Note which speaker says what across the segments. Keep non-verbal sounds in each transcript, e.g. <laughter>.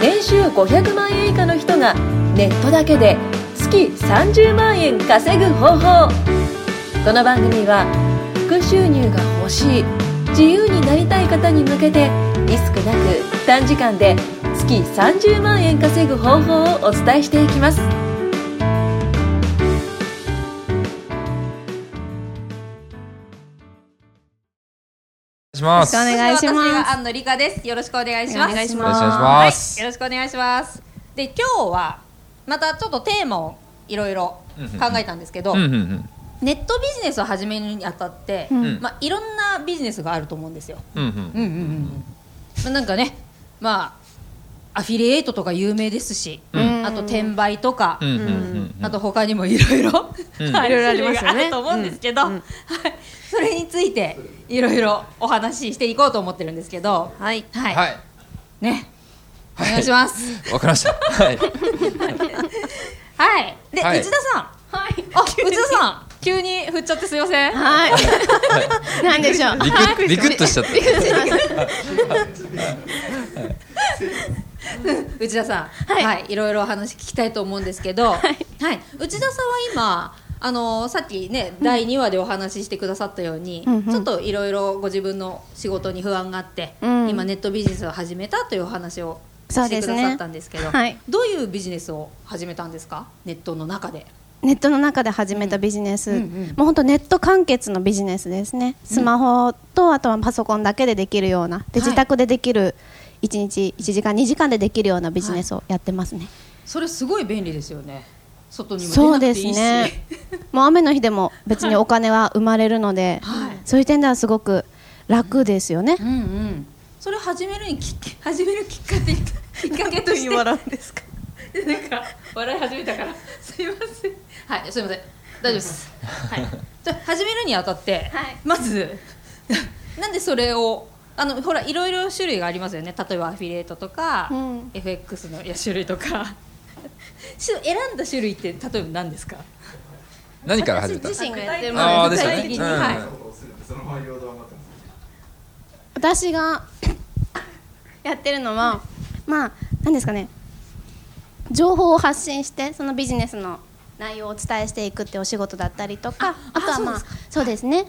Speaker 1: 年収500万円以下の人がネットだけで月30万円稼ぐ方法この番組は副収入が欲しい自由になりたい方に向けてリスクなく短時間で月30万円稼ぐ方法をお伝えしていきます
Speaker 2: お願いします。
Speaker 3: よろしくお願いします
Speaker 4: 私は安野理香です。よろしくお願いします。
Speaker 3: お願いし
Speaker 2: よろ
Speaker 3: ま
Speaker 2: しく
Speaker 3: す
Speaker 2: お願いします。
Speaker 4: よろしくお願いします。で今日はまたちょっとテーマをいろいろ考えたんですけど、
Speaker 2: うんうん
Speaker 4: ネットビジネスを始めるにあたって、
Speaker 2: ん
Speaker 4: まあいろんなビジネスがあると思うんですよ。
Speaker 2: うんうん
Speaker 4: うんうんうんうん。まあなんかね、まあアフィリエイトとか有名ですし、
Speaker 2: ん
Speaker 4: あと転売とか。
Speaker 2: うんうんうんうん
Speaker 4: あと他にもいろいろ
Speaker 2: うん
Speaker 4: はい
Speaker 3: いろいろありますよ
Speaker 4: 種類が
Speaker 3: ね
Speaker 4: あると思うんですけど、
Speaker 3: うんうん
Speaker 4: はい、それについていろいろお話ししていこうと思ってるんですけど、
Speaker 3: はい。
Speaker 4: はい、
Speaker 2: はい。
Speaker 4: ね、お
Speaker 2: はい
Speaker 4: 願いします。
Speaker 2: わかりました。はい。
Speaker 4: はい、で、
Speaker 2: はい
Speaker 4: 内田さん、はい、あ、内田さん、急に振っちゃってすいません。
Speaker 3: はい。なんでしょう。
Speaker 2: ビクッビクッとしちゃった。
Speaker 4: 内田さん、は、
Speaker 3: はいい
Speaker 4: い、ろいろお話聞きたいと思うんですけど、はい
Speaker 3: い、
Speaker 4: 内田さんは今。あのさっきね第2話でお話ししてくださったように、
Speaker 3: うんうん
Speaker 4: ちょっといろいろご自分の仕事に不安があって、
Speaker 3: うん
Speaker 4: 今ネットビジネスを始めたというお話を
Speaker 3: そ
Speaker 4: し
Speaker 3: う
Speaker 4: て
Speaker 3: で
Speaker 4: く
Speaker 3: す
Speaker 4: だ
Speaker 3: ね
Speaker 4: さったんですけど
Speaker 3: はい
Speaker 4: どういうビジネスを始めたんですかネットの中で。
Speaker 3: ネットの中で始めたビジネス、
Speaker 4: うんうんうん
Speaker 3: もう本当ネット完結のビジネスですね。スマホとあとはパソコンだけでできるような、で
Speaker 4: はい
Speaker 3: 自宅でできる1日1時間2時間でできるようなビジネスをやってますね。
Speaker 4: それすごい便利ですよね外にも出
Speaker 3: そ
Speaker 4: なく
Speaker 3: う
Speaker 4: てい
Speaker 3: で
Speaker 4: いし
Speaker 3: すね。もう雨の日でも別にお金は生まれるので、
Speaker 4: はい
Speaker 3: そういう点ではすごく楽ですよね
Speaker 4: う。んうん。それ始めるにきっ <laughs> け始めるきっかけきっかけとして笑うんですか。なんか笑い始めたからすいません。はいすいません大丈夫です。はい。じゃあ始めるにあたって、
Speaker 3: はい
Speaker 4: まず <laughs> なんでそれをあのほらいろいろ種類がありますよね。例えばアフィリエイトとか、
Speaker 3: うん
Speaker 4: FX のや種類とか。 <laughs> し選んだ種類って例えば何ですか。
Speaker 2: 何から始めた？
Speaker 3: 私自身がやってるも
Speaker 2: ああ
Speaker 3: の
Speaker 2: で
Speaker 3: ですす
Speaker 2: よ
Speaker 4: 具体
Speaker 2: ね。
Speaker 4: 的に
Speaker 2: うん
Speaker 4: はい
Speaker 3: 私がやってるのはまあ何ですかね情報を発信してそのビジネスの内容をお伝えしていくってお仕事だったりとか
Speaker 4: あ
Speaker 3: あとはま
Speaker 4: あ
Speaker 3: あ
Speaker 4: そう
Speaker 3: そうですね、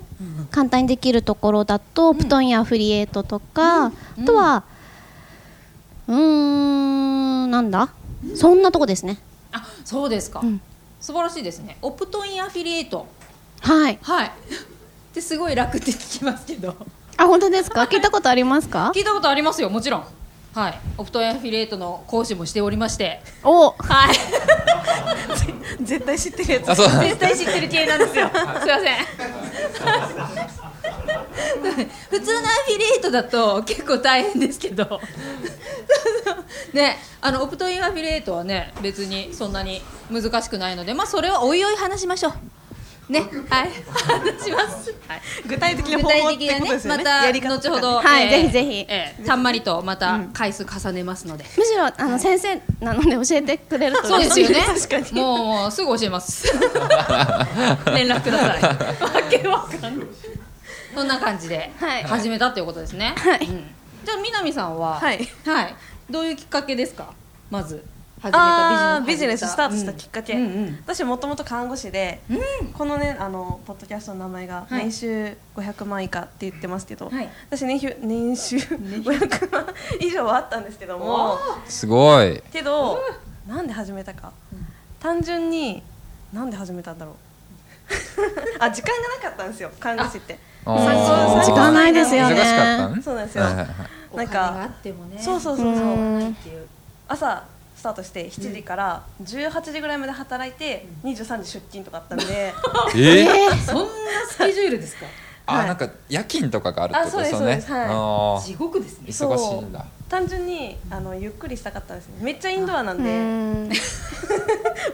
Speaker 3: 簡単にできるところだと、プトンやアフリエイトとか、あとはうーんなんだそんなとこですね
Speaker 4: あそうですか、
Speaker 3: ん
Speaker 4: 素晴らしいですね。オプトインアフィリエイト。
Speaker 3: はい
Speaker 4: はい。ってすごい楽って聞きますけど。
Speaker 3: あ本当ですか <laughs> 聞いたことありますか
Speaker 4: 聞いたことありますよ、もちろん。はい。オプトインアフィリエイトの講師もしておりまして。
Speaker 3: お
Speaker 4: はい。 <laughs> 絶対知ってるや
Speaker 2: あそうなんだ
Speaker 4: 絶対知ってる系なんですよ。すいません。普通のアフィリエイトだと結構大変ですけど <laughs> そうそうねあのオプトインアフィリエイトはね別にそんなに難しくないのでまあそれはおいおい話しましょうねはい話します、はい、
Speaker 5: 具体的な
Speaker 4: 具
Speaker 5: 方法
Speaker 4: 体
Speaker 5: っ
Speaker 4: 的な
Speaker 5: てこ
Speaker 4: ね
Speaker 5: とですよね。やり
Speaker 4: ま
Speaker 5: 方
Speaker 4: た
Speaker 5: と
Speaker 4: 後
Speaker 5: か
Speaker 4: ほど、
Speaker 3: は
Speaker 4: え
Speaker 3: い
Speaker 4: ー
Speaker 3: ぜひぜひ
Speaker 4: えーたんまりとまた回数重ねますので、
Speaker 3: むしろあの先生なので教えてくれると
Speaker 4: そうですよね
Speaker 5: 確かに
Speaker 4: もうもうすぐ教えます
Speaker 5: <laughs>
Speaker 4: 連絡くださいわけわかんないそんな感じで
Speaker 3: はい
Speaker 4: 始めたということですね、
Speaker 3: はい
Speaker 4: うんじゃあ南さんはは
Speaker 5: はいい、
Speaker 4: どういうきっかけですかまず始め
Speaker 5: あ
Speaker 4: た
Speaker 5: ービジネススタートしたきっかけ、
Speaker 4: うんうんうん
Speaker 5: 私もともと看護師で、このねあのポッドキャストの名前が
Speaker 4: はい
Speaker 5: 年収500万以下って言ってますけど、
Speaker 4: はい
Speaker 5: 私年収 <laughs> 年収500万以上はあったんですけど <laughs> も
Speaker 2: すごい。
Speaker 5: けど、なんで始めたか、単純になんで始めたんだろ <laughs> うあ時間がなかったんですよ看護師って
Speaker 2: あ
Speaker 5: 参考
Speaker 2: あー
Speaker 5: 参考
Speaker 3: 時間ないですよ
Speaker 2: 忙し
Speaker 3: ね
Speaker 2: かったね。
Speaker 5: そうなんですよ
Speaker 2: はいはいはい
Speaker 5: な
Speaker 4: なんん
Speaker 5: か
Speaker 4: かあってもね
Speaker 5: そうそううそうそう、
Speaker 3: うん
Speaker 4: っていう
Speaker 5: 朝スタートして7時から18時ぐらいまで働いて23時出勤とかあったんで <laughs>
Speaker 2: えー？
Speaker 4: そんなスケジュールですか
Speaker 2: あなんか夜勤とかがあるってことですよ
Speaker 5: あそうで
Speaker 2: ね
Speaker 5: す。そうですは
Speaker 2: あ
Speaker 5: い
Speaker 4: 地獄ですね
Speaker 2: ー忙しいんだ。
Speaker 5: 単純にあのゆっくりしたかったんですよめっちゃインドアなん
Speaker 3: う
Speaker 5: で
Speaker 3: ん
Speaker 5: 笑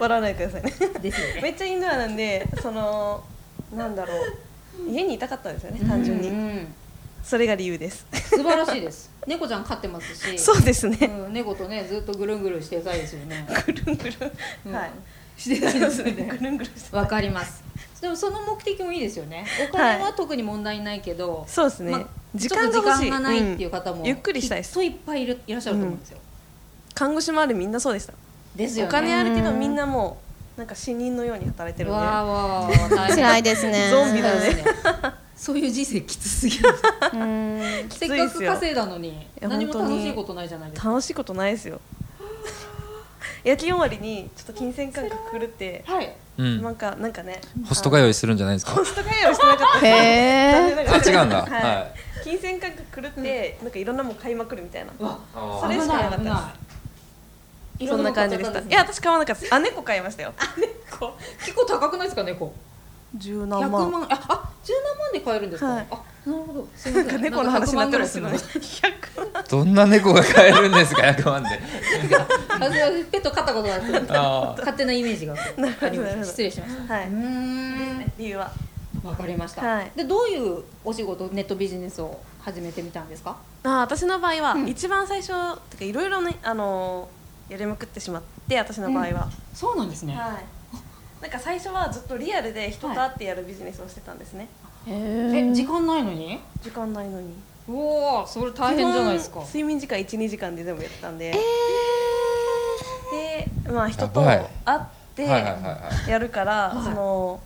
Speaker 5: わない <laughs> でくださいね
Speaker 4: ですよね
Speaker 5: めっちゃインドアなんでそのなんだろう家にいたかったんですよね単純
Speaker 4: う
Speaker 5: に
Speaker 4: ん
Speaker 5: それが理由です
Speaker 4: 素晴らしいです猫ちゃん飼ってますし
Speaker 5: そうです
Speaker 4: う
Speaker 5: ね
Speaker 4: ん、猫とねずっとぐるんぐるんしてたいですよね。
Speaker 5: ぐるんぐる
Speaker 4: うん
Speaker 5: んはい
Speaker 4: してたい
Speaker 5: そう
Speaker 4: で
Speaker 5: ですす
Speaker 4: よ
Speaker 5: ねぐ
Speaker 4: ね。
Speaker 5: るんぐるんして
Speaker 4: わかります。でもその目的もいいですよね。お金は特に問題ないけど、
Speaker 5: そうですね
Speaker 4: まあ
Speaker 5: 時間が欲
Speaker 4: ち
Speaker 5: しい
Speaker 4: ょっと時間がないっていう方
Speaker 5: う
Speaker 4: も
Speaker 5: んゆっくりしたいで
Speaker 4: きっ
Speaker 5: す
Speaker 4: といっぱいいるいらっしゃると思うんですよ。
Speaker 5: 看護師周りみんなそうでした
Speaker 4: ですよ
Speaker 5: お
Speaker 4: ね
Speaker 5: 金あるけど
Speaker 3: うん
Speaker 5: みんなもうなんか死人のように働いてるんで
Speaker 4: わあわあわあ大変
Speaker 3: 辛いですね
Speaker 5: ゾンビだね
Speaker 4: そういう人生きつすぎ
Speaker 5: <laughs>
Speaker 4: る
Speaker 3: うん
Speaker 4: せっ
Speaker 5: いっすよ
Speaker 4: かく稼いだのに
Speaker 5: や
Speaker 4: 何も
Speaker 5: 本当
Speaker 4: 楽
Speaker 5: に
Speaker 4: しいことないじゃないですか
Speaker 5: 楽しいことないで
Speaker 4: <laughs>
Speaker 5: すよ夜勤終わりにちょっと金銭感覚狂って
Speaker 4: はい
Speaker 2: うん
Speaker 5: なんかなんかね
Speaker 2: ホスト通いするんじゃないですか
Speaker 5: ホスト会話してなかった
Speaker 3: へえ
Speaker 2: あ違うんだ
Speaker 5: はい
Speaker 2: はい
Speaker 5: 金銭感覚狂ってなんかいろんなもん買いまくるみたいな
Speaker 4: うわ
Speaker 5: それしかなかったです
Speaker 4: 危ない危ない
Speaker 5: そんな感じでした
Speaker 4: いろんなもん買っちゃったんです
Speaker 5: い
Speaker 4: ね
Speaker 5: や私買わなかったですあ猫買いましたよ
Speaker 4: 猫結構高くないですか猫
Speaker 5: 十
Speaker 4: 100
Speaker 5: 何
Speaker 4: 万
Speaker 5: 万
Speaker 4: ああ十何万で買えるんですか、
Speaker 5: はい
Speaker 4: あなるほどすいま
Speaker 5: なん
Speaker 4: せ
Speaker 5: か
Speaker 4: ん
Speaker 5: 猫の話になってます
Speaker 4: け
Speaker 5: け
Speaker 4: ど
Speaker 5: ど
Speaker 4: ね
Speaker 5: ね
Speaker 2: どんな猫が飼えるんですか100万で
Speaker 4: <laughs> ペット飼ったことがある
Speaker 2: あー
Speaker 4: 勝手なイメージがありました失礼しました
Speaker 5: は
Speaker 4: う
Speaker 5: い
Speaker 4: ーん
Speaker 5: 理由は
Speaker 4: わかりました、
Speaker 5: はい
Speaker 4: でどういうお仕事ネットビジネスを始めてみたんですか
Speaker 5: あ私の場合は
Speaker 4: うん
Speaker 5: 一番最初てかいろいろねあのーやりまくってしまって私の場合は
Speaker 4: そうなんですね、
Speaker 5: はいなんか最初はずっとリアルで人と会ってやるビジネスをしてたんですね
Speaker 4: え時間ないのに
Speaker 5: 時間ないのに
Speaker 4: おおそれ大変じゃないですか
Speaker 5: 基本睡眠時間12時間で全部やってたんで、でまあ人
Speaker 2: や
Speaker 5: と
Speaker 2: ばい
Speaker 5: 会って
Speaker 2: はいはいはいはい
Speaker 5: やるから、
Speaker 4: はい
Speaker 5: その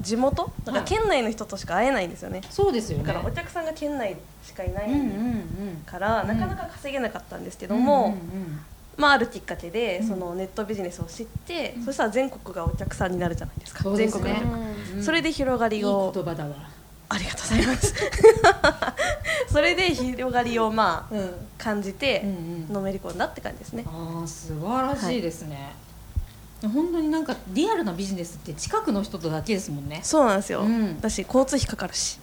Speaker 5: 地元なん
Speaker 4: は
Speaker 5: か
Speaker 4: い
Speaker 5: 県内の人としか会えないんですよね、
Speaker 4: そうですよね
Speaker 5: だからお客さんが県内しかいな
Speaker 4: う
Speaker 5: い
Speaker 4: んうんうん
Speaker 5: から、
Speaker 4: うん
Speaker 5: なかなか稼げなかったんですけど
Speaker 4: うん
Speaker 5: も、
Speaker 4: うんうん
Speaker 5: まあ、あるきっかけで、
Speaker 4: うん
Speaker 5: そのネットビジネスを知って、そしたら全国がお客さんになるじゃないですか
Speaker 4: そうです
Speaker 5: 全
Speaker 4: ね
Speaker 5: 国の人
Speaker 4: うん
Speaker 5: それで広が
Speaker 4: いい
Speaker 5: り
Speaker 4: 言
Speaker 5: を
Speaker 4: 葉だわ
Speaker 5: ありがとうございます
Speaker 4: <laughs>
Speaker 5: それで広がりをまあ
Speaker 4: うん
Speaker 5: 感じて、
Speaker 4: うんうん
Speaker 5: のめり込んだって感じですね
Speaker 4: ああ素晴らしいですね、本当になんかリアルなビジネスって近くの人とだけですもんね
Speaker 5: そうなんですよ、
Speaker 4: うん
Speaker 5: だし交通費かかるし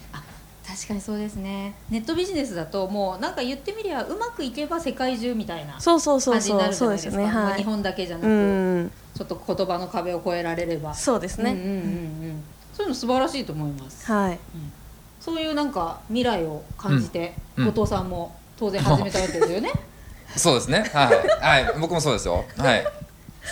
Speaker 4: 確かにそうですねネットビジネスだともうなんか言ってみりゃうまくいけば世界中みたいな
Speaker 5: そうそうそう
Speaker 4: 感じにな
Speaker 5: そう
Speaker 4: るじゃ
Speaker 5: そう
Speaker 4: ないですか
Speaker 5: ですよね
Speaker 4: まあ
Speaker 5: は
Speaker 4: 日
Speaker 5: い
Speaker 4: 本だけじゃな
Speaker 5: う
Speaker 4: く、
Speaker 5: ん
Speaker 4: ちょっと言葉の壁を越えられれば
Speaker 5: そうです
Speaker 4: うんうん
Speaker 5: ね、
Speaker 4: うんうんそういうの素晴らしいと思います、
Speaker 5: はい
Speaker 4: そういうなんか未来を感じて、
Speaker 2: うんうん
Speaker 4: 後藤さんも当然始めたわけです
Speaker 5: <laughs>
Speaker 4: よね
Speaker 2: そうですねはいはい僕もそうですよはい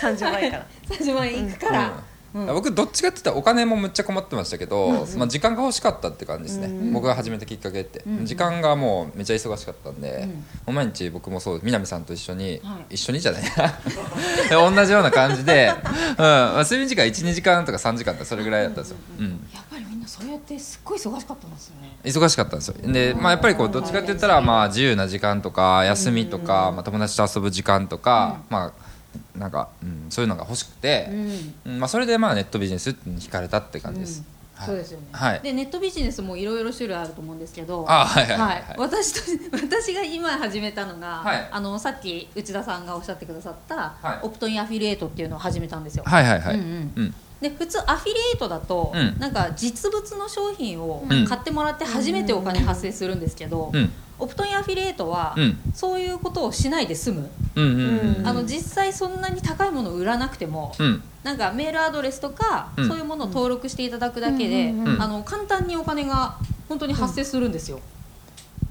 Speaker 5: 30倍から
Speaker 4: 30万円いくから、うん
Speaker 2: 僕どっちかって言ったらお金もむっちゃ困ってましたけど、まあ、時間が欲しかったって感じですね、
Speaker 5: うん
Speaker 2: 僕が始めたきっかけって、
Speaker 4: うん
Speaker 2: 時間がもうめっちゃ忙しかったん
Speaker 4: う
Speaker 2: で、
Speaker 4: ん
Speaker 2: もう毎日僕もそう南さんと一緒に、
Speaker 4: はい
Speaker 2: 一緒にじゃない <laughs> 同じような感じで、うんまあ、睡眠時間12時間とか3時間とかそれぐらいだったんですよ、うん
Speaker 4: やっぱりみんなそうやってすっごい忙しかったんですよね
Speaker 2: 忙しかったんですよで、まあ、やっぱりこうどっちかって言ったらまあ自由な時間とか休みとか、まあ、友達と遊ぶ時間とか、まあなんか、うん、そういうのが欲しくて、
Speaker 4: うん
Speaker 2: うんまあ、それでまあネットビジネスに惹かれたって感じです、はい
Speaker 4: そうですよね、
Speaker 2: はい
Speaker 4: でネットビジネスもいろいろ種類あると思うんですけど
Speaker 2: あはいはいは
Speaker 4: はいい、私と <laughs> 私が今始めたのが、
Speaker 2: はい
Speaker 4: あのさっき内田さんがおっしゃってくださった、
Speaker 2: はい
Speaker 4: オプトインアフィリエイトっていうのを始めたんですよ、
Speaker 2: はいはいはい。
Speaker 4: う
Speaker 2: うんん
Speaker 4: で普通アフィリエイトだと、
Speaker 2: うん
Speaker 4: なんか実物の商品を
Speaker 2: うん
Speaker 4: 買ってもらって初めてお金発生するんですけど、
Speaker 2: うん
Speaker 4: オプトインアフィリエイトは、
Speaker 2: うん
Speaker 4: そういうことをしないで済む、
Speaker 2: うんうん
Speaker 5: うん
Speaker 4: あの実際そんなに高いものを売らなくても、
Speaker 2: うん
Speaker 4: なんかメールアドレスとか、
Speaker 2: うん
Speaker 4: そういうものを登録していただくだけで、
Speaker 3: うん
Speaker 2: うんうん
Speaker 4: あの簡単にお金が本当に発生するんですよ、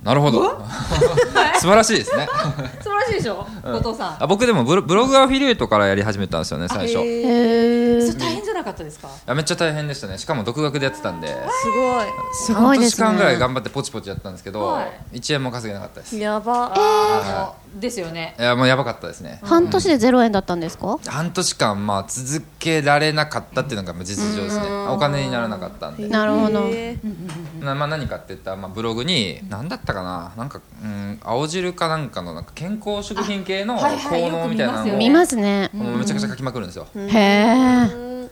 Speaker 2: なるほど。 <laughs> 素晴らしいですね。
Speaker 4: 素晴らしいでしょ、
Speaker 2: うん
Speaker 4: 後藤さん
Speaker 2: あ僕でもブロブログアフィリエイトからやり始めたんですよね最初。い
Speaker 5: えー
Speaker 3: へえ
Speaker 4: それ大変じゃなかったですか、
Speaker 2: やめっちゃ大変でしたね。しかも独学でやってたんで。
Speaker 5: す
Speaker 3: す
Speaker 5: ご
Speaker 3: ごいですね
Speaker 2: 半年間ぐらい頑張ってポチポチやったんですけど
Speaker 4: は、
Speaker 2: 一円も稼げなかったです。
Speaker 5: い
Speaker 2: い
Speaker 5: やば
Speaker 4: あのですよね
Speaker 2: やもうやばかったですね。
Speaker 3: <laughs> 半年でゼロ円だったんですか
Speaker 2: 半年間まあ続けられなかったっていうのがまあ実情ですね。お金にならなかったんで。
Speaker 3: なるほど
Speaker 5: えー
Speaker 2: なまあ、何かって言ったら、まあ、ブログに何だったかななんか、うん、青汁かなんかのなんか健康食品系の
Speaker 4: あ
Speaker 2: 効
Speaker 4: はいはい
Speaker 2: 能みたいな
Speaker 4: よ
Speaker 2: の
Speaker 4: く
Speaker 2: を
Speaker 3: 見ますね
Speaker 2: もうめちゃくちゃ書きまくるんですよ、
Speaker 3: へえ
Speaker 2: うん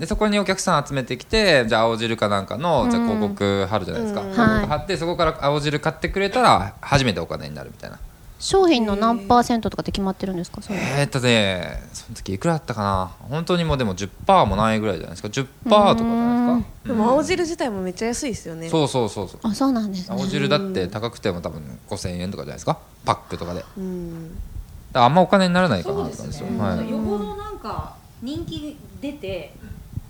Speaker 2: でそこにお客さん集めてきてじゃあ青汁かなんかの、じゃあ広告貼るじゃないですか、
Speaker 5: うん
Speaker 2: 広告貼ってそこから青汁買ってくれたら初めてお金になるみたいな
Speaker 3: 商品の何パーセントとかって決まってるんですかそれ
Speaker 2: えー、っとねその時いくらだったかな本当にもうでも10%もないぐらいじゃないですか10%とかじゃないですか
Speaker 5: でも青汁自体もめっちゃ安いですよね
Speaker 2: そうそうそうそう
Speaker 3: あそうなんですね
Speaker 2: 青汁だって高くても多分5000円とかじゃないですかパックとかで
Speaker 5: うん
Speaker 2: だからあんまお金にならないか
Speaker 4: そ
Speaker 2: な
Speaker 4: う
Speaker 2: っ
Speaker 4: で
Speaker 2: て
Speaker 4: す
Speaker 2: 感じですよ。
Speaker 4: ね、
Speaker 2: は
Speaker 4: なんか
Speaker 2: い。
Speaker 4: よほどなんか人気出て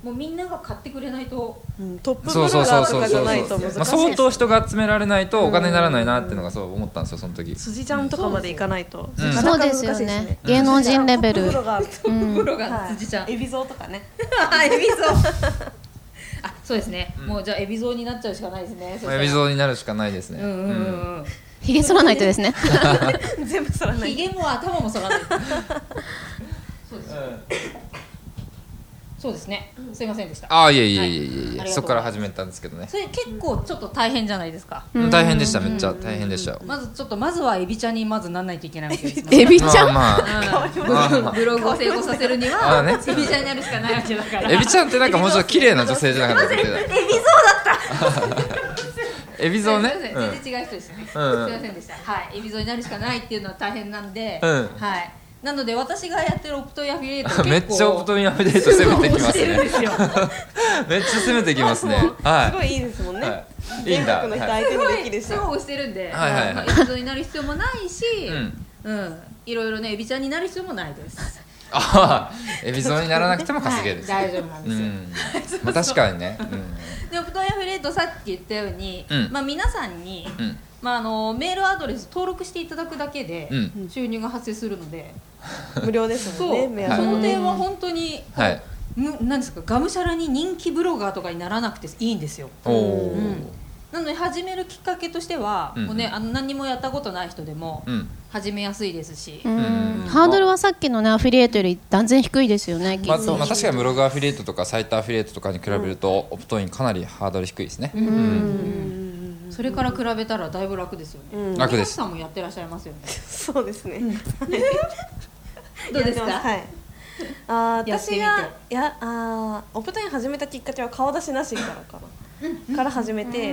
Speaker 4: もうみんなが買ってくれないと
Speaker 5: うんトップブ
Speaker 2: そ
Speaker 5: ロ
Speaker 2: うそう
Speaker 5: ガ
Speaker 2: そうそう
Speaker 5: ーとかじ
Speaker 2: そ
Speaker 5: ゃ
Speaker 2: う。
Speaker 5: ないと難しい
Speaker 2: まあ相当人が集められないとお金にならないなっていうのがそう思ったんですよその時。
Speaker 5: 辻ちゃんとかまで行かないと
Speaker 2: うん
Speaker 5: なか
Speaker 3: そ
Speaker 5: な
Speaker 3: う
Speaker 5: か
Speaker 3: で
Speaker 5: 難
Speaker 3: す
Speaker 5: しい
Speaker 3: よね
Speaker 5: ね
Speaker 3: 芸能人レベル
Speaker 5: トップブロガー
Speaker 4: <laughs> プロが辻ちゃん、
Speaker 5: エビゾとかね
Speaker 4: あエビゾ <laughs> あそうですね、もうじゃあエビゾになっちゃうしかないですね
Speaker 2: まあ海老
Speaker 4: ゾ
Speaker 2: 蔵になるしかないですね。
Speaker 4: うんうんうんうん
Speaker 3: ひげ剃らないとですね
Speaker 5: 全部そらない
Speaker 4: ひげも頭も剃らない。 <laughs> そうです。そうですね。すいませんでした。
Speaker 2: ああいえいえいえいえいえ、
Speaker 4: はい
Speaker 2: そこから始めたんですけどね
Speaker 4: それ結構ちょっと大変じゃないですか。
Speaker 2: うん大変でしためっちゃ大変でしたよ
Speaker 4: まずちょっとまずはエビちゃんにまずなんないといけないわけですね。 <laughs>
Speaker 3: エビち
Speaker 2: ま
Speaker 3: ゃ
Speaker 2: あ
Speaker 3: ん
Speaker 2: ま
Speaker 4: うんブログを成功させるに
Speaker 2: あー
Speaker 4: は、
Speaker 2: ね
Speaker 4: エビちゃんになるしかないわけだから。
Speaker 2: あエビちゃんってなんかもうちょっと綺麗な女性じゃなかったっけエビゾウだったエビゾウね
Speaker 4: すいません全然違う人ですね、
Speaker 2: うん
Speaker 4: すいませんでしたはいエビゾになるしかないっていうのは大変なんで、
Speaker 2: うん
Speaker 4: はいなので私がやってるオプトイアフィリエイ
Speaker 2: う
Speaker 4: ト結構
Speaker 2: んめっちゃオプトミンアフィリエイト攻めてきますねめっちゃ攻めてきますね
Speaker 5: すご
Speaker 2: はい
Speaker 5: いいいですもん
Speaker 2: い、
Speaker 5: ね、
Speaker 2: はい、いいん
Speaker 5: 全
Speaker 2: だ、
Speaker 5: 国の人
Speaker 2: はい
Speaker 5: 相手にできるし、
Speaker 4: すごい押してるんで、
Speaker 2: はいはいはい
Speaker 4: まあエビゾになる必要もないし、
Speaker 2: うん、
Speaker 4: うん、いろいろねエビちゃんになる必要もないです
Speaker 2: ああエビゾウにならなくても稼げる、
Speaker 4: はい、大丈夫なん
Speaker 2: う
Speaker 4: ですよ、
Speaker 2: ん、まあ確かにね、
Speaker 4: でオプトイアフィリエイトさっき言ったように、
Speaker 2: うん
Speaker 4: まあ皆さんに、
Speaker 2: うん、うん、
Speaker 4: まあ、あのメールアドレス登録していただくだけで
Speaker 2: う
Speaker 4: 収入が発生するので、
Speaker 5: 無料ですもん
Speaker 4: そ
Speaker 5: ね
Speaker 4: う、
Speaker 5: 目
Speaker 4: そ
Speaker 5: 安
Speaker 4: の点は本当に、
Speaker 2: はい、
Speaker 4: むなんですかがむしゃらに人気ブロガーとかにならなくていいんですよ
Speaker 2: おおー、
Speaker 4: なので始めるきっかけとしては、
Speaker 2: うん
Speaker 4: もうね、あの何にもやったことない人でも
Speaker 2: うん、
Speaker 4: 始めやすいですし、
Speaker 3: うん
Speaker 2: ん
Speaker 3: ハードルはさっきのねアフィリエイトより断然低いですよねきっ
Speaker 2: まあ、
Speaker 3: と、
Speaker 2: まあ確かにブログアフィリエイトとかサイトアフィリエイトとかに比べると、オプトインかなりハードル低いですね、
Speaker 4: それから比べたらだいぶ楽ですよね、
Speaker 5: うん
Speaker 2: 楽で
Speaker 4: 東
Speaker 2: す
Speaker 4: さんもやってらっしゃいますよね
Speaker 5: そうですね、
Speaker 4: どうですか
Speaker 5: やってますはいあー
Speaker 4: やってみて
Speaker 5: 私がいやあーオプトイン始めたきっかけは顔出しなしからかなから始めて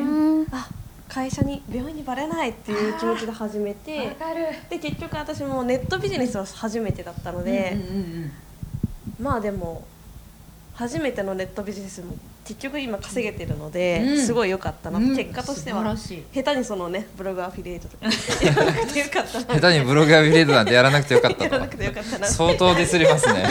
Speaker 5: あ会社に病院にバレないっていう気持ちで始めて
Speaker 4: かる
Speaker 5: で結局私もネットビジネスは初めてだったので、
Speaker 4: うんうん
Speaker 5: まあでも初めてのネットビジネスも結局今稼げてるので、
Speaker 4: うん
Speaker 5: すごい良かったな、
Speaker 4: うん
Speaker 5: 結果として
Speaker 4: 素晴
Speaker 5: は
Speaker 4: らしい
Speaker 5: 下手にそのねブログアフィリエイトとか
Speaker 4: <laughs>
Speaker 5: やらなくてよかったな
Speaker 2: 下手にブログアフィリエイトなんてやらなくてよかった
Speaker 5: や
Speaker 2: と
Speaker 5: らなくてよかったな
Speaker 2: 相当ディスりますね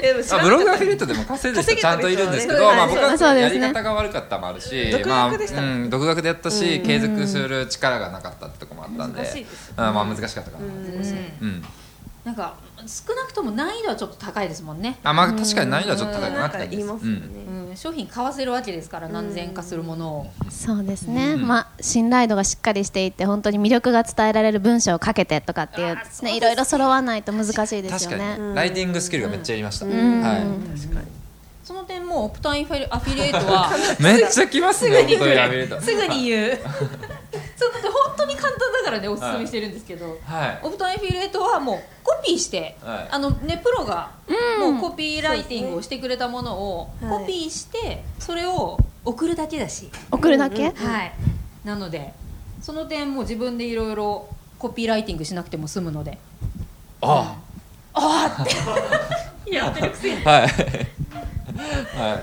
Speaker 5: でも知
Speaker 2: あ
Speaker 5: らな
Speaker 2: ブロ
Speaker 5: かった
Speaker 2: グアフィリエイトでも稼いでる人
Speaker 5: 稼げてる人
Speaker 2: ちゃんといるんですけど、
Speaker 5: はい
Speaker 2: まあ、僕は
Speaker 3: そうで
Speaker 2: や
Speaker 3: すね
Speaker 2: り方が悪かったもあるし
Speaker 5: 独学でした
Speaker 2: まあうん、独学でやったし、継続する力がなかったってとこもあったんで
Speaker 5: 難しいです
Speaker 2: うんまあ、難しかったかなと思いますね、うん
Speaker 4: なんか少なくとも難易度はちょっと高いですもんね、
Speaker 2: あまあ、確かに難易度はちょっと高いか
Speaker 5: な
Speaker 2: なんって
Speaker 5: か
Speaker 2: 感じ
Speaker 5: 言
Speaker 2: です、う
Speaker 5: いますよね、
Speaker 2: ん
Speaker 4: うん、商品買わせるわけですから何千円かするものを、
Speaker 3: そうですね、
Speaker 2: ん
Speaker 3: まあ信頼度がしっかりしていて本当に魅力が伝えられる文章をかけてとかっていう,、ね、いろいろ揃わないと難しいです
Speaker 2: 確
Speaker 3: よ
Speaker 2: か
Speaker 3: ね
Speaker 2: にライティングスキルがめっちゃいりました、
Speaker 3: うん
Speaker 2: はい
Speaker 4: その点もうオプトインファイルアフィリエイトは
Speaker 2: めっちゃ来ますね本当にやめると
Speaker 4: すぐに言うそうだって本当に簡単だからねおすすめしてるんですけど、
Speaker 2: はい
Speaker 4: オプトインフィリエイトはもうコピーして、
Speaker 2: はい
Speaker 4: あのねプロがもうコピーライティングをしてくれたものを
Speaker 5: そうですね
Speaker 4: コピーしてそれを送るだけだし、
Speaker 3: 送るだけ、
Speaker 4: はいなのでその点もう自分でいろいろコピーライティングしなくても済むので
Speaker 2: あ
Speaker 4: やってるくせに
Speaker 2: あはい <laughs> はい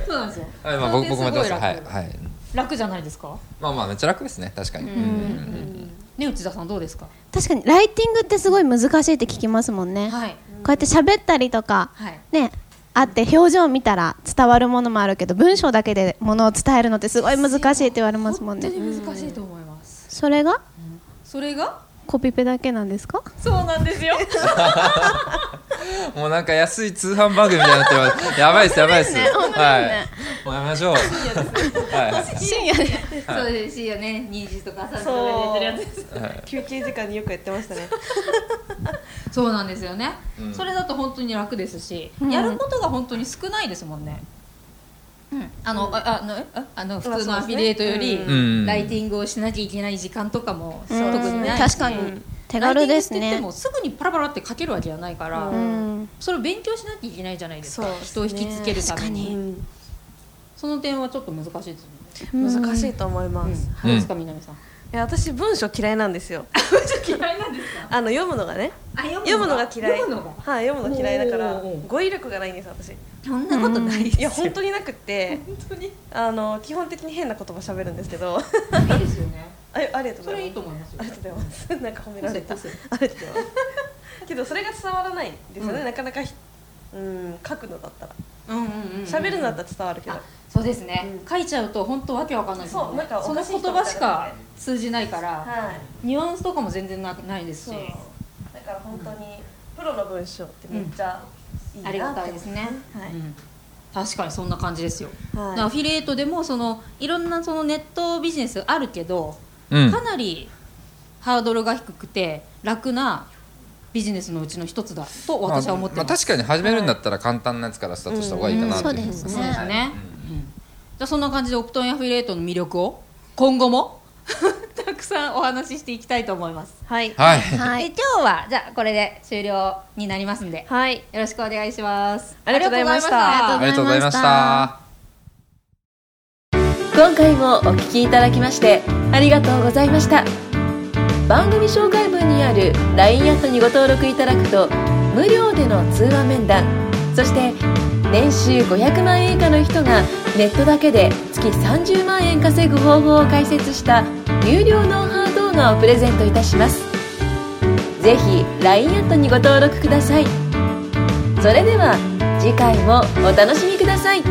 Speaker 4: そうなんですよ、
Speaker 2: はいまあ僕僕もやってま
Speaker 4: そ
Speaker 2: し
Speaker 4: の
Speaker 2: たはい
Speaker 4: 点すごい楽
Speaker 2: はい
Speaker 4: 楽じゃないですか
Speaker 2: まあまあめっちゃ楽ですね確かにうんうん
Speaker 4: ね内田さんどうですか
Speaker 3: 確かにライティングってすごい難しいって聞きますもんね、こ
Speaker 4: はいう
Speaker 3: やって喋ったりとか、
Speaker 4: はい
Speaker 3: ねあって表情を見たら伝わるものもあるけど文章だけでものを伝えるのってすごい難しいって言われますもんね
Speaker 4: 本当に難しいと思います、
Speaker 3: それが
Speaker 4: それが
Speaker 3: コピペだけなんですか
Speaker 4: そうなんですよ
Speaker 2: うんもうなんか安い通販番組みたいになってますやばいっすやばいっすはいもうやめましょうはい
Speaker 3: 深夜で
Speaker 4: そうですよね2時とか3時とか
Speaker 5: そう
Speaker 4: でやってるやつ
Speaker 5: 休憩時間によくやってましたね
Speaker 4: そうなんですよね、
Speaker 2: うん
Speaker 4: それだと本当に楽ですし、
Speaker 3: うん
Speaker 4: やることが本当に少ないですもんねうん、あの、ああのえああの普通のアフィリエイトより、
Speaker 2: うん
Speaker 4: ライティングをしなきゃいけない時間とかも特
Speaker 3: うん
Speaker 4: にないし
Speaker 3: 確かに手軽です
Speaker 4: ライティングって言って
Speaker 3: ね
Speaker 4: もすぐにパラパラって書けるわけじゃないから、
Speaker 3: うん
Speaker 4: それを勉強しなきゃいけないじゃないですか
Speaker 5: そうです
Speaker 4: 人を
Speaker 5: ね
Speaker 4: 引きつけるために
Speaker 5: うん
Speaker 4: その点はちょっと難しいですよね
Speaker 5: 難しいと思います、い
Speaker 4: どうですか南さん
Speaker 5: や私文章嫌いなんですよ
Speaker 4: 嫌いなんですか
Speaker 5: あの読むのがね
Speaker 4: あ
Speaker 5: 読むのが嫌い
Speaker 4: 読むのが
Speaker 5: はい読むの嫌いだから
Speaker 4: おーおーおー
Speaker 5: 語彙力がないんです私
Speaker 4: そんなことないです
Speaker 5: いや本当になくって
Speaker 4: 当にい
Speaker 5: あの基本的に変な言葉喋るんですけど <laughs> あ
Speaker 2: <laughs>
Speaker 4: いですよね
Speaker 5: ありがとうご
Speaker 4: そ
Speaker 5: ざ
Speaker 4: れい
Speaker 5: い
Speaker 4: い
Speaker 5: ます
Speaker 4: と思いますよ
Speaker 5: ありがとうございますなんか褒められたあ
Speaker 4: 個性
Speaker 5: りがとうございますけどそれが伝わらないんですよね、
Speaker 4: うん
Speaker 5: なかなかひうん書くのだったら
Speaker 4: うんうんうん
Speaker 5: 喋るのだったら伝わるけど、
Speaker 4: あそうですね
Speaker 5: うん
Speaker 4: 書いちゃうと本当わけわかんないですもんね
Speaker 5: そうなんか
Speaker 4: そ
Speaker 5: お
Speaker 4: の
Speaker 5: かしい
Speaker 4: 言
Speaker 5: 人みたい
Speaker 4: 葉
Speaker 5: な
Speaker 4: しか通じないから
Speaker 5: はい
Speaker 4: ニュアンスとかも全然なないです
Speaker 5: そ
Speaker 4: し
Speaker 5: うだから本当にプロの文章ってめっちゃいい
Speaker 4: あ
Speaker 5: なっ
Speaker 4: り
Speaker 5: て
Speaker 4: が
Speaker 5: 思
Speaker 4: たい
Speaker 5: い
Speaker 4: で
Speaker 5: ますす
Speaker 4: ね
Speaker 5: はい
Speaker 4: うん確かにそんな感じですよ
Speaker 5: はい
Speaker 4: アフィリエイトでもそのいろんなそのネットビジネスあるけど
Speaker 2: うん
Speaker 4: かなりハードルが低くて楽なビジネスのうちの一つだと私は思って
Speaker 2: まあ
Speaker 4: ます。
Speaker 2: 確かに始めるんだったら簡単なやつからスタートした方がいいかな
Speaker 3: そう
Speaker 2: ってい
Speaker 3: ですね
Speaker 4: そうですね。うんじゃあそんな感じでオプトンアフィリエイトの魅力を今後も <laughs> たくさんお話ししていきたいと思います。
Speaker 5: はい
Speaker 2: はい
Speaker 3: はい
Speaker 4: で今日はじゃあこれで終了になりますんで、
Speaker 5: はい
Speaker 4: よろしくお願いします。
Speaker 5: ありがとうございました
Speaker 4: あ
Speaker 2: あ
Speaker 4: りがとうございま
Speaker 2: りがとうございまし。
Speaker 3: ありがとうございました
Speaker 1: 今回もお聞きいただきましてありがとうございました番組紹介文にある LINE アットにご登録いただくと無料での通話面談そして年収500万円以下の人がネットだけで月30万円稼ぐ方法を解説した有料ノウハウ動画をプレゼントいたしますぜひ LINE アットにご登録くださいそれでは次回もお楽しみください